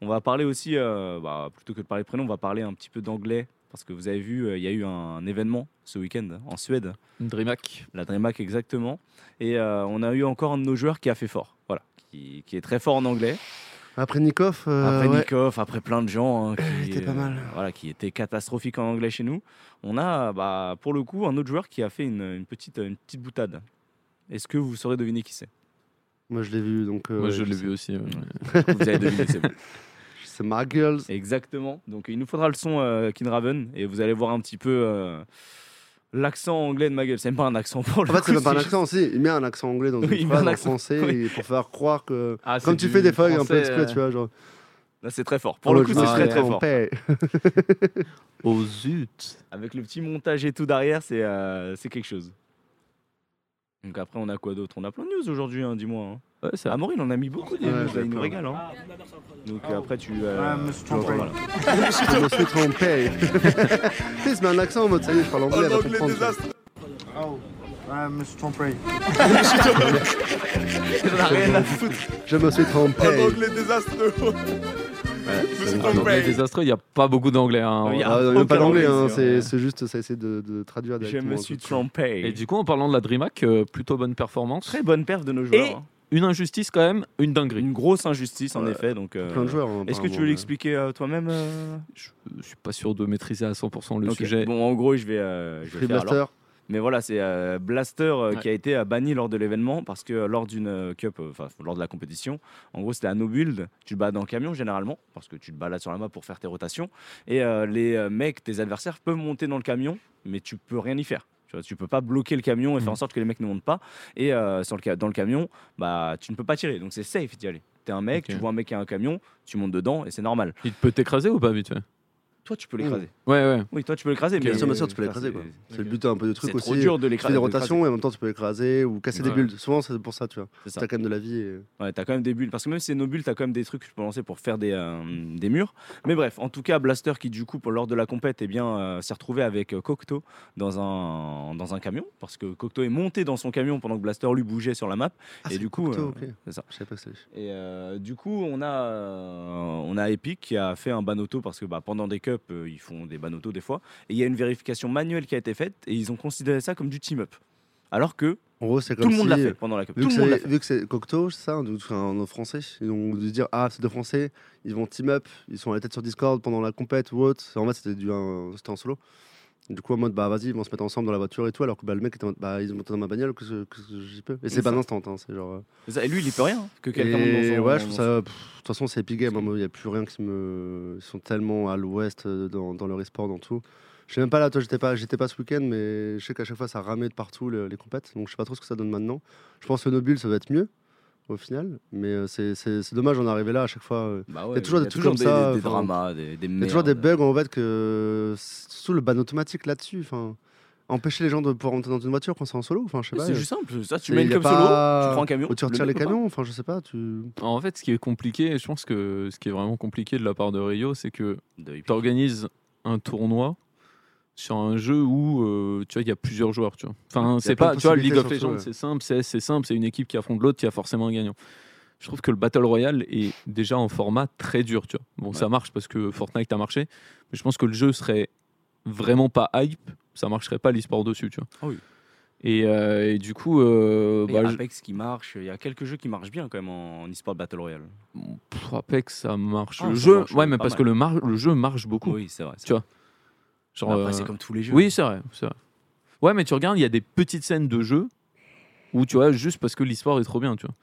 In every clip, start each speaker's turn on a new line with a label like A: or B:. A: On va parler aussi, euh, bah, plutôt que de parler de prénom, on va parler un petit peu d'anglais. Parce que vous avez vu, euh, il y a eu un événement ce week-end hein, en Suède,
B: Dreamac.
A: la DreamHack exactement. Et euh, on a eu encore un de nos joueurs qui a fait fort. Voilà. Qui, qui est très fort en anglais.
C: Après Nikov, euh,
A: après
C: ouais, Euh,
A: Nikoff, après plein de gens hein, qui,
C: était pas mal.
A: voilà, qui étaient catastrophiques en anglais chez nous. On a, bah, pour le coup, un autre joueur qui a fait une, une petite, une petite boutade. Est-ce que vous saurez deviner qui c'est
C: moi je l'ai vu donc. euh,
B: Moi,
C: ouais,
B: je l'ai
C: sais.
B: vu aussi. ouais.
A: Vous avez deviné, c'est bon.
C: C'est ma girls.
A: Exactement. Donc il nous faudra le son euh, Kinraven et vous allez voir un petit peu euh, l'accent anglais de ma gueule. C'est même pas un accent pour le
C: En fait,
A: coup,
C: c'est même pas un
A: c'est juste-
C: accent aussi. Il met un accent anglais dans
A: Oui,
C: une
A: il met
C: phrase
A: un
C: en
A: accent,
C: français
A: oui.
C: et pour faire croire que.
B: Ah,
C: Comme
B: c'est
C: tu
B: du
C: fais des feuilles un peu
B: français,
C: exprès,
B: euh,
C: tu vois, genre.
A: Là, c'est très fort. Pour le
C: Oh,
A: coup,
C: je
A: c'est
C: me
A: très
C: suis
A: très fort.
C: trompé.
B: Oh zut
A: Avec le petit montage et tout derrière, c'est euh, c'est quelque chose. Donc après, on a quoi d'autre On a plein de news aujourd'hui, hein, dis-moi. hein.
B: Ouais, ça.
A: Amaury, il en a mis beaucoup des
C: Ouais,
A: news, là,
C: j'ai
A: il nous
C: plein.
A: régale. hein. Donc euh, après, tu. euh,
D: Ouais, monsieur
A: tu entends,
D: Trompé.
A: voilà.
C: Je me suis trompé. Tu sais, il se met un accent en mode ça y est, je parle anglais, elle va comprendre.
D: Oh, ouais, je me suis trompé.
A: On a rien à foutre.
C: Je me suis trompé.
B: En anglais désastreux, il n'y a pas beaucoup d'anglais. hein.
A: Oui, il y a
C: Ah, non, il y a pas
A: aucun
C: d'anglais, hein,
A: anglais,
C: c'est
A: c'est-
C: c'est juste, ça essaie de, de traduire
A: Je
C: directement.
A: me suis trompé.
B: Et du coup, en parlant de la DreamHack, euh, plutôt bonne performance.
A: Très bonne perf de nos joueurs.
B: Et-
A: hein.
B: Une injustice quand même, une dinguerie.
A: Une grosse injustice, en
C: Ouais.
A: effet. Donc, euh,
C: Plein de joueurs. hein,
A: Est-ce que tu veux
C: apparemment,
A: l'expliquer euh, toi-même euh,
B: Je, je suis pas sûr de maîtriser à 100% le
A: Ok.
B: sujet.
A: Bon, en gros, je vais, euh, je
C: ouais.
A: vais
C: Free
A: faire alors.
C: Blaster.
A: Mais voilà, c'est euh, Blaster euh, qui
B: Ouais.
A: a été euh, banni lors de l'événement parce que euh, lors d'une euh, cup, euh, enfin lors de la compétition, en gros, c'était à no build. Tu te bats dans le camion généralement parce que tu te balades sur la map pour faire tes rotations et euh, les euh, mecs, tes adversaires peuvent monter dans le camion, mais tu peux rien y faire. Tu vois, tu peux pas bloquer le camion
C: Mhm.
A: et faire en sorte que les mecs ne montent pas. Et euh, sur le ca- dans le camion, bah tu ne peux pas tirer. Donc c'est safe d'y aller. T'es un mec,
B: Ok.
A: tu vois un mec qui a un camion, tu montes dedans et c'est normal.
B: Il peut t'écraser ou pas vite fait
A: Toi, tu peux
C: Mmh.
A: l'écraser.
B: Ouais, ouais.
A: Oui, toi, tu peux l'écraser.
B: Ok.
A: mais
C: Bien sûr, bien sûr, tu peux
A: Putain,
C: l'écraser,
A: c'est-
C: quoi. C'est le but un peu du
A: C'est
C: truc
A: trop
C: aussi.
A: dur de
C: Tu
A: l'écraser.
C: fais des
A: de l'écraser.
C: rotations et en même temps tu peux écraser ou casser des
B: Ouais.
C: bulles. Souvent c'est pour ça, tu vois.
A: C'est ça.
C: T'as quand même de la vie. et-
A: Ouais, t'as quand même des bulles. Parce que même si c'est nos bulles, t'as quand même des trucs que tu peux lancer pour faire des, euh, des murs. Mais bref, en tout cas, Blaster qui, du coup, pour- lors de la compète, eh bien, euh, s'est retrouvé avec euh, Cocteau dans un, dans un camion. Parce que Cocteau est monté dans son camion pendant que Blaster lui bougeait sur la map.
C: Ah,
A: et
C: c'est
A: du coup,
C: Cocteau,
A: euh,
C: ok.
A: c'est ça.
C: Je sais pas que c'est.
A: Et euh, du coup, on a, euh, on a Epic qui a fait un ban auto parce que bah, pendant des cups, euh, ils font des ban auto des fois. Et il y a une vérification manuelle qui a été faite et ils ont considéré ça comme du team-up. Alors que
C: En gros, c'est
A: tout
C: comme
A: le monde l'a
C: si- euh,
A: fait pendant la cup.
C: Vu
A: Tout
C: que,
A: le monde l'a
C: c'est,
A: fait.
C: vu que c'est Cocteau, c'est ça, donc, enfin, en français, ils ont dû dire Ah, c'est deux français, ils vont team up, ils sont à la tête sur Discord pendant la compète ou autre. En fait, c'était, du, un- c'était en solo. Du coup, en mode Bah, vas-y, ils vont se mettre ensemble dans la voiture et tout, alors que bah, le mec était en mode Bah, ils vont dans ma bagnole, que, ce- que ce- j'y peux. Et c'est
A: C'est
C: pas
A: ça.
C: d'instant, hein, c'est genre. euh,
A: C'est ça. Et lui, il y peut rien. Que quelqu'un monte dans
C: et
A: son-
C: ouais, je trouve
A: dans
C: ça. pff, De toute façon, c'est Epic Games. hein, moi, Il n'y a plus rien qui me. Ils sont tellement à l'ouest euh, dans, dans leur esport, dans tout. Je sais même pas là, toi, j'étais pas, j'étais pas ce week-end, mais je sais qu'à chaque fois, ça ramait de partout le- les compètes. Donc, je sais pas trop ce que ça donne maintenant. Je pense que Nobile, ça va être mieux au final. Mais euh, c'est, c'est, c'est dommage d'en arriver là à chaque fois. euh.
A: Bah
C: Il y a toujours des trucs comme
A: des,
C: ça,
A: Des, des
C: enfin,
A: dramas, des, des
C: Il y a toujours des bugs en fait que. Surtout le ban automatique là-dessus. Enfin, empêcher les gens de pouvoir monter dans une voiture quand c'est en solo. Enfin, je sais pas.
A: C'est
C: euh,
A: juste simple. Ça, tu
C: c'est-
A: mets une
C: y a
A: comme
C: pas-
A: solo, tu prends un camion.
C: Ou tu retires
A: le
C: les
A: mets ou pas.
C: camions. Enfin, je sais pas. Tu.
B: En fait, ce qui est compliqué, je pense que ce qui est vraiment compliqué de la part de Rio, c'est que
A: De Epic.
B: tu organises un tournoi sur un jeu où euh, tu vois il y a plusieurs joueurs tu vois enfin
C: y a
B: c'est
C: plein de
B: pas tu vois
C: possibilités
B: League of Legends
C: surtout, ouais.
B: c'est simple CS c'est simple c'est une équipe qui affronte l'autre qui a forcément un gagnant je trouve que le battle royale est déjà en format très dur tu vois bon ça marche parce que Fortnite a marché mais je pense que le jeu serait vraiment pas hype ça marcherait pas l'e-sport dessus tu vois
A: Ah oui.
B: et, euh, et du coup euh,
A: Il y
B: bah,
A: a
B: je-
A: Apex qui marche. Il y a quelques jeux qui marchent bien quand même en, en e-sport Battle Royale.
B: Pff, Apex ça marche
A: Ah,
B: le
A: ça
B: jeu
A: marche,
B: ouais mais
A: pas
B: parce
A: mal.
B: que le, mar- le jeu marche beaucoup
A: Oui, c'est vrai. c'est
B: Tu
A: vrai.
B: Genre,
A: Bah, Après, c'est
B: euh,
A: comme tous les jeux.
B: Oui, c'est vrai, c'est vrai. Ouais, mais tu regardes, il y a des petites scènes de jeu où tu vois juste parce que l'histoire est trop bien, tu vois.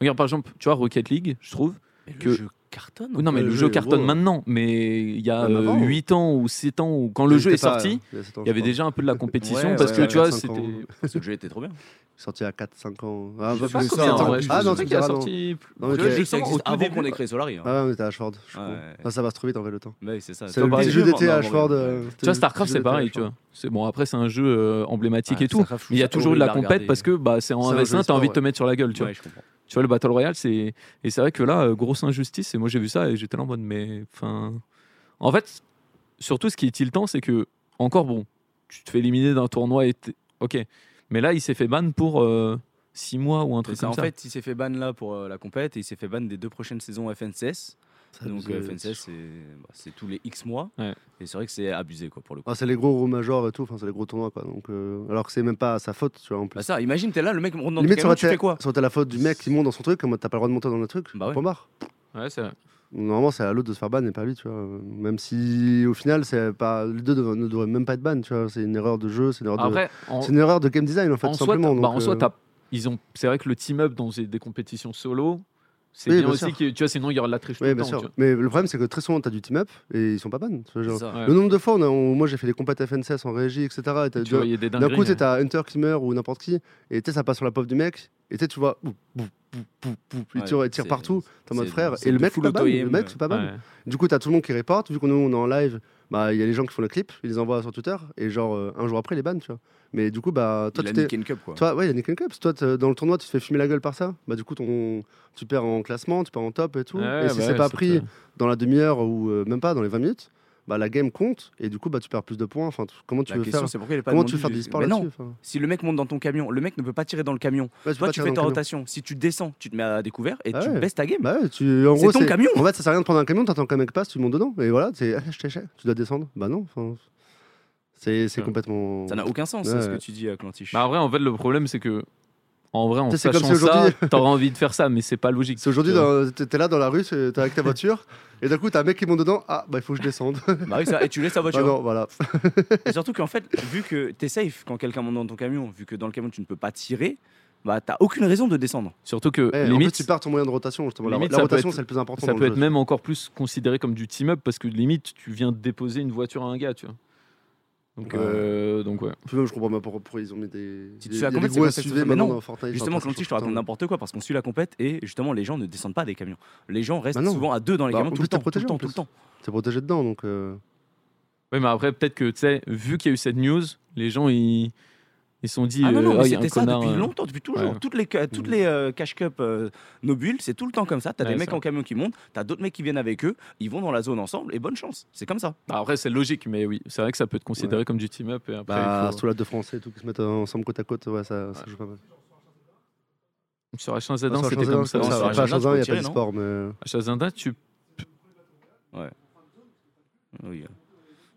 B: Regarde par exemple, tu vois Rocket League, je trouve.
A: Mais le
B: que-
A: jeu cartonne.
B: Oui, non, mais
C: le
B: le,
C: jeu
B: jeu
C: est
B: cartonne
C: gros, hein.
B: maintenant, mais il y a
C: Même avant,
B: 8 ans ou 7 ans, ou quand le jeu est
C: C'était pas-
B: sorti,
C: il y a sept ans,
B: il y avait
C: je crois.
B: déjà un peu de la compétition
A: Ouais,
B: parce
A: ouais,
B: que
A: ouais,
B: tu vois,
C: cinq ans.
B: c'était.
A: Ce jeu était trop bien.
C: sorti à 4-5 ans. Ah,
A: Je
C: pas
A: sais pas
C: plus que
A: combien,
C: ça,
A: en
C: hein.
A: vrai, je
C: Ah
A: sais
C: non,
A: pas
C: c'était
B: qui a
C: bien avant.
B: sorti.
A: Le
C: Non, mais
B: Ok.
A: jeu
C: t'es-
B: Je-
A: existe
B: Au tout
A: avant
B: début,
A: qu'on ait
B: ouais.
A: créé Solari. hein.
C: Ah ouais, on était à Ashford, je crois.
A: Ouais.
C: Ah, ça passe trop vite en fait le temps.
A: Bah oui, c'est ça.
C: C'est
A: Toi,
C: le
A: pareil,
C: petit jeu
A: maintenant,
C: d'été à
A: Amaury.
C: Ashford. euh,
B: Tu vois,
C: le
B: StarCraft,
C: petit jeu
B: c'est
C: d'été à
B: pareil, tu
C: Ashford.
B: vois. C'est bon, après, c'est un jeu euh, emblématique
A: Ah,
B: et tout.
A: Starcraft, je
B: Mais il y a
A: trouve ça
B: toujours de la
A: horrible à
B: compète
A: regarder.
B: parce que bah, c'est en
C: C'est un jeu
B: 1v1, t'as envie de
C: e-sport,
B: te mettre sur la gueule, tu vois.
A: Ouais, je comprends.
B: Tu vois, le Battle Royale, c'est. Et c'est vrai que là, euh, grosse injustice. Et moi, j'ai vu ça et j'étais là en mode, mais. Enfin. En fait, surtout, ce qui est tiltant, c'est que, encore bon, tu te fais éliminer d'un tournoi et. t'es- Ok. Mais là, il s'est fait ban pour 6 mois ou un
A: C'est
B: truc
A: ça,
B: comme
A: en
B: ça.
A: fait, il s'est fait ban là pour euh, la compète et il s'est fait ban des deux prochaines saisons FNCS
C: C'est
A: Donc
C: abusé.
A: euh, FNCS, c'est bah, c'est tous les X mois.
B: Ouais.
A: Et c'est vrai que c'est abusé, quoi, pour le coup.
C: Ah, c'est les gros gros majors et tout, enfin c'est les gros tournois quoi. Donc, euh, alors que c'est même pas sa faute, tu vois en plus.
A: Bah ça, imagine, t'es là, le mec me demande
C: Limite, ça
A: camion,
C: aurait
A: tu fais
C: été
A: quoi
C: ça aurait été la faute du mec qui monte dans son truc, comme t'as pas le droit de monter dans le truc.
A: Bah ouais.
C: Point barre.
B: Ouais, c'est vrai.
C: Normalement, c'est à l'autre de se faire ban et pas à lui, tu vois. Même si, au final, c'est pas les deux ne devraient même pas être ban, tu vois. C'est une erreur de jeu, c'est une erreur de,
B: Après, en,
C: c'est une erreur de game design en fait,
B: en
C: tout
B: soi,
C: simplement.
B: t'as- bah,
C: donc,
B: en soi,
C: euh,
B: t'as- ils ont. C'est vrai que le team-up dans des, des compétitions solo, c'est
C: Oui,
B: bien
C: bien
B: aussi.
C: sûr.
B: Que, tu vois, sinon il y aura de la triche tout
C: Oui,
B: le
C: bien
B: temps, tu
C: sûr.
B: vois.
C: Mais le problème, c'est que très souvent, t'as du team-up et ils sont pas ban. tu vois, genre.
A: C'est ça.
B: Ouais.
C: Le nombre de fois, on a- on- moi j'ai fait des compètes FNCS en régie, etc. et t'as-
B: Tu vois, il y a des
C: D'un
B: dingueries.
C: coup, tu t'as Hunter qui meurt ou n'importe qui, et tu sais, ça passe sur la pauvre du mec, et tu sais, tu vois, bouf, bouf, bouf, bouf, bouf, il
A: Ouais,
C: tire, il tire
A: c'est-
C: partout, t'es en mode
A: c'est-
C: frère,
A: c'est
C: et le
A: du
C: mec,
A: full
C: pas ban,
A: auto-aim,
C: le mec, c'est pas ban.
B: Ouais.
C: Du coup, t'as tout le monde qui reporte, vu qu'on est- on est en live, bah, il y a les gens qui font le clip, ils les envoient sur Twitter, et genre, euh, un jour après, ils les bannent, tu vois. Mais du coup, bah, toi,
A: Il a
C: tu t'es.
A: niqué une cup, quoi.
C: Toi, ouais, il y a Nickel Cups. Toi, t'es- dans le tournoi, tu te fais fumer la gueule par ça. Bah, du coup, ton... tu perds en classement, tu perds en top et tout.
B: Ouais,
C: et si
B: bah
C: c'est
B: ouais,
C: pas
B: ça
C: pris
B: te-
C: dans la demi-heure ou euh, même pas dans les 20 minutes, bah, la game compte, et du coup, bah, tu perds plus de points. Enfin, tu- comment tu
A: La
C: veux
A: question,
C: faire
A: c'est pourquoi il est pas
C: Comment tu veux
A: demandé
C: faire de
A: de-
C: l'e-sport
A: Mais
C: là-dessus
A: non,
C: enfin
A: si le mec monte dans ton camion, le mec ne peut pas tirer dans le camion.
C: Ouais,
A: Toi,
C: pas
A: tu
C: tirer
A: fais ta
C: dans le camion.
A: rotation. Si tu descends, tu te mets à découvert et
C: Ah
A: tu
C: ouais.
A: baisses ta game.
C: Bah ouais, tu, en
A: C'est
C: gros,
A: ton camion.
C: En fait, ça sert à rien de prendre un camion, t'attends qu'un mec passe, tu montes dedans, et voilà, c'est ah, je t'échec, tu dois descendre. Bah non, enfin, c'est c'est
B: Ouais.
C: complètement.
A: Ça n'a aucun sens, hein,
C: Ouais,
A: ce que
C: ouais.
A: tu dis, euh, Clantiche.
B: Bah, en vrai, en fait, le problème, c'est que. En vrai, en
C: Tu sais, c'est comme
B: sachant
C: si
B: ça,
C: aujourd'hui-
B: t'auras envie de faire ça, mais c'est pas logique.
C: C'est aujourd'hui,
B: Tu vois.
C: dans- t'es t'es là dans la rue, c'est- t'es avec ta voiture, et d'un coup, t'as un mec qui monte dedans, ah bah il faut que je descende.
A: Bah oui, ça. Et tu laisses ta
C: ah
A: voiture.
C: non, voilà.
A: et surtout qu'en fait, vu que t'es safe quand quelqu'un monte dans ton camion, vu que dans le camion tu ne peux pas tirer, bah t'as aucune raison de descendre.
B: Surtout que,
C: Ouais, hein. Eh, en
B: limite,
C: fait, tu perds ton moyen de rotation, justement. La-
B: limite,
C: la
B: ça peut
C: rotation,
B: être-
C: c'est le plus important.
B: ça
C: dans
B: peut
C: le
B: être
C: jeu.
B: même encore plus considéré comme du team-up parce que limite, tu viens de déposer une voiture à un gars, tu vois. Donc,
C: Ouais.
B: euh, donc ouais.
C: Puis même, je comprends pas pourquoi, pourquoi ils ont mis des.
A: Tu te
C: des-
A: souviens
C: il y a
A: comment
C: des
A: c'est
C: gros
A: quand ça se fait
C: SUV
A: Mais
C: maintenant
A: non.
C: dans Fortnite.
A: Justement,
C: enfin,
A: Clantiche, je te
C: putain.
A: raconte n'importe quoi parce qu'on suit la compète et justement les gens ne descendent pas des camions. Les gens restent
C: Bah non.
A: souvent à deux dans les
C: Bah,
A: camions
C: en
A: tout
C: plus,
A: le temps, tout
C: t'es
A: le
C: protégé,
A: temps,
C: en
A: tout le
C: plus.
A: temps.
C: T'es protégé dedans, donc. euh,
B: Oui, mais après, peut-être que, tu sais, vu qu'il y a eu cette news, les gens, ils ils se sont dit.
A: Ah non, non,
B: euh,
A: mais
B: Ah, il y a un
A: c'était ça
B: connard,
A: depuis
B: euh.
A: longtemps, depuis toujours.
B: Ouais.
A: Toutes les, ca- toutes les euh, cash cup euh, Nobul, c'est tout le temps comme ça. T'as
B: Ouais,
A: des mecs
B: ça.
A: en camion qui montent, t'as d'autres mecs qui viennent avec eux, ils vont dans la zone ensemble et bonne chance. C'est comme ça.
B: Ah, Après, c'est logique, mais oui, c'est vrai que ça peut être considéré comme du team-up. Et après,
C: Bah,
B: il faut...
C: sous la de français et tout, qui se mettent ensemble côte à côte, ouais, ça ça joue pas mal.
B: sur H1Z1,
C: Sur
B: c'était
C: H1Z1,
B: comme
C: c'est
B: ça.
A: comme ça.
B: Sur
C: Après,
A: H1Z1,
C: à
A: tu peux
C: 1 il n'y a pas
A: tirer,
C: de
A: non
C: sport, mais.
B: H1Z1,
C: Ah,
B: tu.
A: Oui.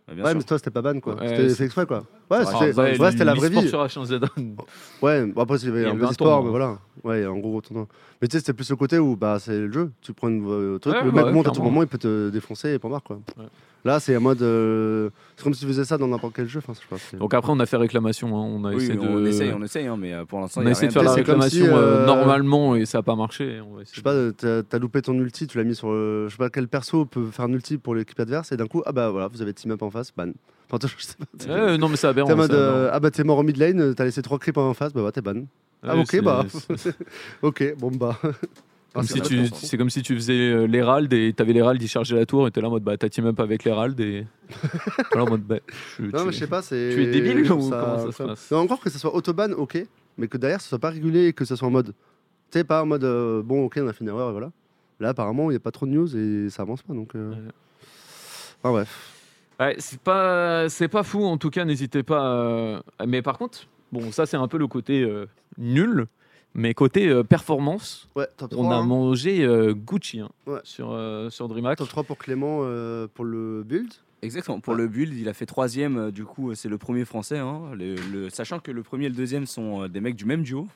A: euh, bien
C: ouais,
A: sûr.
C: mais toi, c'était pas ban, quoi.
B: Ouais,
C: c'était
B: c'est-
C: fait exprès, quoi. Ouais,
A: Ah,
B: Ah,
C: c'était
B: bah,
C: en vrai, c'était la vraie
B: l'e-sport
C: vie.
B: sur H1Z1.
C: Ouais, bon, après, il y avait
B: y
C: un
B: avait
C: peu
B: un hein.
C: d'espoir,
B: tournoi.
C: mais voilà. Ouais, il y a un gros gros tournoi. Mais tu sais, c'était plus le côté où bah, c'est le jeu. Tu prends une, euh, truc,
B: Ouais,
C: le
B: bah
C: mec
B: ouais,
C: monte à tout
B: clairement.
C: moment, il peut te défoncer et pas marre, quoi.
B: Ouais.
C: Là, c'est en mode. euh, c'est comme si tu faisais ça dans n'importe quel jeu. Enfin, je sais pas, c'est-
B: Donc après, on a fait réclamation. hein, On a
A: Oui,
B: essayé
A: mais
B: de.
A: on essaye, on essaye, hein, mais euh, pour l'instant,
B: on
A: il y
B: a
A: a
B: essayé de faire
A: rien
B: la
C: C'est comme si,
B: réclamation euh,
C: euh,
B: normalement et ça n'a pas marché. on va essayer
C: Je sais pas, euh, t'as t'as loupé ton ulti, tu l'as mis sur le. Je sais pas quel perso peut faire un ulti pour l'équipe adverse, et d'un coup, ah bah voilà, vous avez team up en face, ban. Enfin, toi, je sais pas.
B: de- Euh, non, mais c'est aberrant.
C: T'es en mode,
B: c'est aberrant.
C: euh, ah bah t'es mort en mid lane, euh, t'as laissé trois creeps en face, bah ouais, t'es ban. Ah,
B: Ouais,
C: ok,
B: c'est-
C: bah.
B: c'est-
C: ok, bon bah.
B: comme
A: Ah,
B: si
A: c'est
B: tu-
A: intéressant.
B: C'est comme si tu faisais euh, l'Hérald et t'avais l'Hérald, il chargeait la tour et t'es là en mode bah t'as team up avec l'Hérald et. Voilà en mode bah. je-
C: Non,
B: tu-
C: mais je sais pas, c'est.
B: tu es débile
C: je trouve
B: ou comment ça se passe
C: Non, encore que ce soit autoban, ok, mais que derrière ce soit pas régulé et que ce soit en mode. Tu sais, pas en mode euh, bon, ok, on a fait une erreur et voilà. Là, apparemment, il n'y a pas trop de news et ça avance pas donc. euh.
B: Ouais.
C: Enfin, bref.
B: Ouais, c'est pas, c'est pas fou en tout cas, n'hésitez pas. euh, Mais par contre, bon, ça c'est un peu le côté euh, nul, mais côté euh, performance,
C: Ouais, top 3.
B: on a mangé euh, Gucci hein,
C: hein. Ouais.
B: sur, euh, sur DreamHack.
C: Top 3 pour Clément euh, pour le build.
A: Exactement. Pour le build, il a fait troisième. euh, Du coup, euh, c'est le premier français. hein, le- le- sachant que le premier et le deuxième sont euh, des mecs du même duo.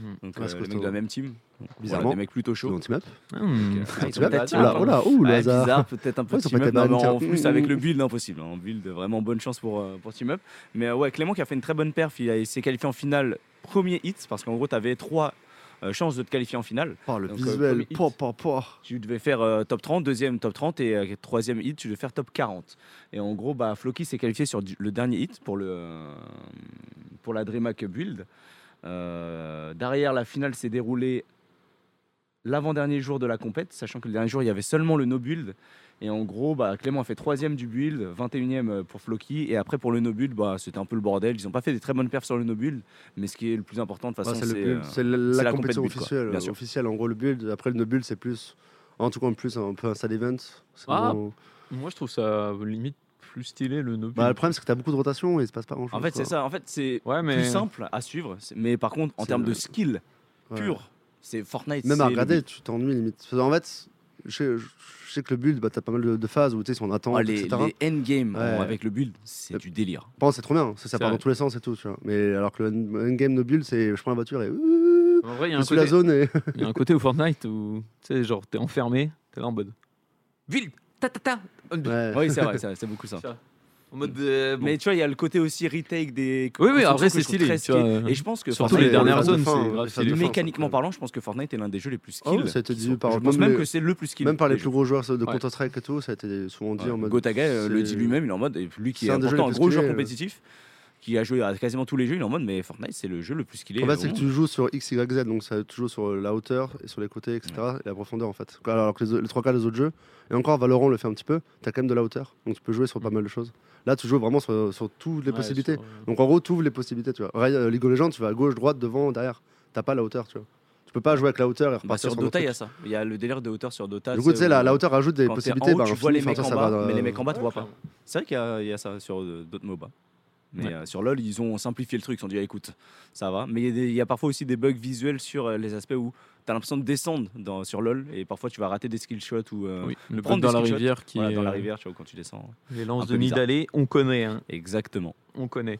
B: Hmm.
A: Donc,
C: Ouais,
A: euh,
C: c'est
A: les mecs
C: costaud.
A: de la même team.
C: Bizarrement.
A: Voilà, des mecs plutôt
C: Dans
A: chauds.
C: team up.
B: Hmm.
A: Donc, euh, ils sont
C: Team up.
A: peut-être-
C: Oh là, oh là, ouh, le
A: Ouais,
C: hasard.
A: Ah, bizarre, peut-être un peu
C: Ouais, ça peut
A: team
C: être
A: up. Non,
C: ban,
A: mais en
C: tiens.
A: plus, avec le build, impossible. En build, vraiment bonne chance pour, euh, pour team up. Mais euh, ouais, Clément qui a fait une très bonne perf. Il, a- il s'est qualifié en finale, premier hit, parce qu'en gros, tu avais trois euh, chances de te qualifier en finale.
C: Oh, le
A: Donc, euh,
C: visuel.
A: premier hit.
C: Pouah, pouah, pouah.
A: Tu devais faire euh, top 30, deuxième top 30 et euh, troisième hit, tu devais faire top 40. Et en gros, bah, Floki s'est qualifié sur du- le dernier hit pour, le, euh, pour la DreamHack Build. Euh, derrière, la finale s'est déroulée l'avant-dernier jour de la compète, sachant que le dernier jour, il y avait seulement le no build. Et en gros, bah, Clément a fait troisième du build, 21e euh, pour Floki. Et après, pour le no build, bah, c'était un peu le bordel. Ils n'ont pas fait des très bonnes perfs sur le no build. Mais ce qui est le plus important, de toute
C: Ouais,
A: façon,
C: Bah, Ah, c'est le
A: c'est.
C: build,
A: euh,
C: c'est la,
A: c'est
C: la
A: la compète
C: compétition
A: build, quoi,
C: officielle,
A: bien
C: euh,
A: sûr.
C: officielle. En gros, le build. Après, le no build, c'est plus. En tout cas, en plus, un peu un side event. C'est
B: Ah.
C: vraiment-
B: Moi je trouve ça limite plus stylé le no
C: Bah, le problème, c'est que t'as beaucoup de rotation et il se passe pas grand chose.
A: En fait, c'est ça. En fait, c'est
B: Ouais, mais.
A: plus simple à suivre. c'est- Mais par contre, en
C: C'est
A: termes de
C: le-
A: skill pur, c'est Fortnite.
C: Même à
A: c'est
C: regarder,
A: le-
C: tu t'ennuies limite. Parce que, En fait, Je sais, je sais que le build, bah, t'as pas mal de, de phases où tu sais, ils sont en attente,
A: Ah, les,
C: etc.
A: les endgames
C: Ouais.
A: euh, avec le build, c'est
C: Euh,
A: du délire.
C: Bon, c'est trop bien, ça, ça
B: C'est
C: part
B: vrai.
C: dans tous les sens et tout. Tu vois. Mais alors que le end- endgame no build, c'est je prends la voiture et
B: En vrai, il y, a
C: je
B: un
C: suis la
B: côté-
C: zone et
B: il y a un côté au Fortnite où, tu sais, genre, t'es enfermé, t'es là en mode. Ville Ta ta ta
C: Ouais.
A: Oui, c'est vrai, c'est vrai, c'est beaucoup ça.
B: En mode. euh, bon.
A: Mais tu vois, il y a le côté aussi retake des.
B: Oui, oui,
A: constructions
B: après,
A: que
B: c'est
A: je trouve
B: stylé,
A: très
B: tu vois,
A: stylé.
B: euh,
A: Et je pense que
B: surtout les
A: Fortnite,
B: dernières
A: euh,
B: zones,
C: de fin,
B: c'est
C: euh,
B: grave
C: les phases de
B: stylé.
C: fin,
A: Mécaniquement
C: c'est incroyable.
A: parlant, je pense que Fortnite est l'un des jeux les plus
C: Ah ouais,
A: skills.
C: ça a été
A: qui
C: dit
A: sont-
C: par-
A: je
C: même
A: pense même
C: les-
A: que c'est le plus skill.
C: même par les
A: des
C: plus gros joueurs ça, de
B: Ouais.
C: Counter-Strike et tout, ça a été souvent dit
A: Ouais,
C: en mode.
A: Gotaga euh, le dit
C: c'est-
A: lui-même, il est en mode, et lui qui
C: c'est
A: est
C: un des jeux les
A: important, un
C: plus
A: gros joueur
C: skillés, euh.
A: compétitif, qui a joué à quasiment tous les jeux, il est en mode, mais Fortnite, c'est le jeu le plus skillé.
C: En fait,
A: au
C: c'est que
A: monde.
C: tu joues sur X, Y, Z, donc ça toujours sur euh, la hauteur et sur les côtés, etc. Et la profondeur, en fait. Alors que les, o- les trois quarts des autres jeux, et encore Valorant le fait un petit peu, t'as quand même de la hauteur, donc tu peux jouer
A: Mm.
C: sur pas mal de choses. Là, tu joues vraiment sur, sur toutes les
B: Ouais,
C: possibilités.
B: sur, euh,
C: Donc en gauche tu ouvres les possibilités, tu vois. Ray- euh, League of Legends, tu vas à gauche, droite, devant, derrière. T'as pas la hauteur, tu vois. Tu peux pas jouer avec la hauteur et
A: Bah,
C: repartir
A: sur
C: un autre
A: Dota, il y a ça.
C: truc.
A: Il y a le délire de hauteur sur Dota.
C: Du coup, tu sais, la,
A: où-
C: la hauteur rajoute des
A: quand t'es
C: possibilités.
A: en haut,
C: bah,
A: tu
C: infinies.
A: vois les
C: Enfin,
A: mecs
C: ça,
A: en
C: ça
A: bas,
C: va,
A: mais les
C: euh,
A: mecs en bas, tu
B: ouais,
A: vois pas.
B: clairement.
A: C'est vrai qu'il y a- il y, a ça sur euh, d'autres MOBA. Mais
B: Ouais.
A: euh, sur LoL, ils ont simplifié le truc. Ils ont dit, ah, écoute, ça va. Mais il y a des- il y, a parfois aussi des bugs visuels sur euh, les aspects où tu as l'impression de descendre dans, sur LoL et parfois tu vas rater des skill shots ou euh,
B: Oui, le
A: prendre
B: prendre
A: des
B: dans la
A: screenshots,
B: rivière qui
A: voilà,
B: est euh,
A: dans la rivière, tu vois, quand tu descends.
B: les
A: Un
B: lances
A: peu
B: de nid
A: bizarre.
B: on connaît hein,
A: Exactement.
B: on connaît